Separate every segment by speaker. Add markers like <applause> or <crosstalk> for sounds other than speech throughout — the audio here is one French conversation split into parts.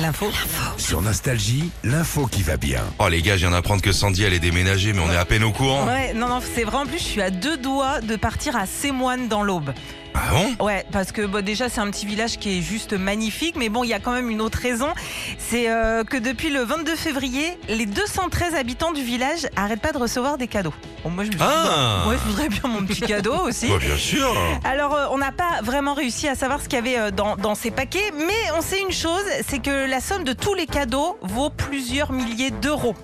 Speaker 1: L'info.
Speaker 2: Sur Nostalgie, l'info qui va bien.
Speaker 3: Oh les gars, je viens d'apprendre que Sandy allait déménager, mais on est à peine au courant.
Speaker 1: Ouais, non, non, c'est vrai. En plus, je suis à deux doigts de partir à Sémoine dans l'Aube.
Speaker 3: Ah bon
Speaker 1: Ouais, parce que bah, déjà, c'est un petit village qui est juste magnifique. Mais bon, il y a quand même une autre raison. C'est euh, que depuis le 22 février, les 213 habitants du village arrêtent pas de recevoir des cadeaux. Bon, moi, je me suis dit,
Speaker 3: Ah.
Speaker 1: bah, ouais, je voudrais bien mon petit
Speaker 3: <laughs>
Speaker 1: cadeau aussi.
Speaker 3: Bah, bien sûr.
Speaker 1: Alors, euh, on n'a pas vraiment réussi à savoir ce qu'il y avait euh, dans, dans ces paquets, mais on sait une chose, c'est que la somme de tous les cadeaux vaut plusieurs milliers d'euros.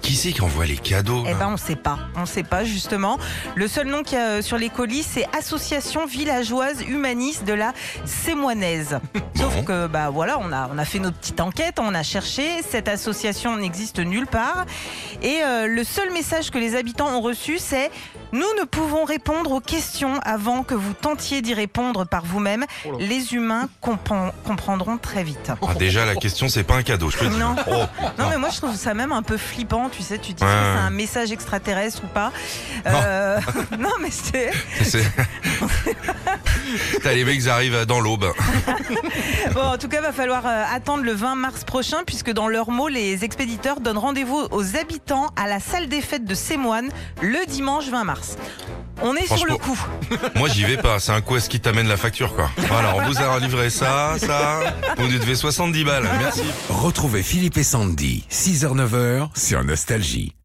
Speaker 3: Qui c'est qui envoie les cadeaux
Speaker 1: Eh
Speaker 3: là
Speaker 1: ben, on sait pas. On sait pas, justement. Le seul nom qu'il y a euh, sur les colis, c'est Association villageoise humaniste de la Sémoinaise.
Speaker 3: Bon.
Speaker 1: Sauf que, bah voilà, on a, on a fait notre petite enquête, on a cherché. Cette association n'existe nulle part. Et euh, le seul message que les habitants ont reçu, c'est Nous ne pouvons répondre aux questions avant que vous tentiez d'y répondre par vous-même. Les humains compren- comprendront très vite.
Speaker 3: Ah, Déjà, la question, c'est pas un cadeau, je peux dire.
Speaker 1: Non.
Speaker 3: Oh,
Speaker 1: Non, mais moi je trouve ça même un peu flippant, tu sais, tu te dis
Speaker 3: Ouais,
Speaker 1: tiens,
Speaker 3: ouais.
Speaker 1: c'est un message extraterrestre ou pas. Euh, <laughs> non, mais c'est.
Speaker 3: c'est-
Speaker 1: <laughs>
Speaker 3: T'as les mecs qui arrivent dans l'aube.
Speaker 1: Bon, en tout cas, va falloir euh, attendre le 20 mars prochain, puisque dans leurs mots, les expéditeurs donnent rendez-vous aux habitants à la salle des fêtes de Sémoine le dimanche 20 mars. On est sur le
Speaker 3: Franchement-
Speaker 1: coup.
Speaker 3: Moi, j'y vais pas. C'est un quest qui t'amène la facture, quoi. Voilà, on vous a livré ça, ça. Vous nous devez 70 balles. Merci.
Speaker 2: Retrouvez Philippe et Sandy, 6h-9h sur Nostalgie.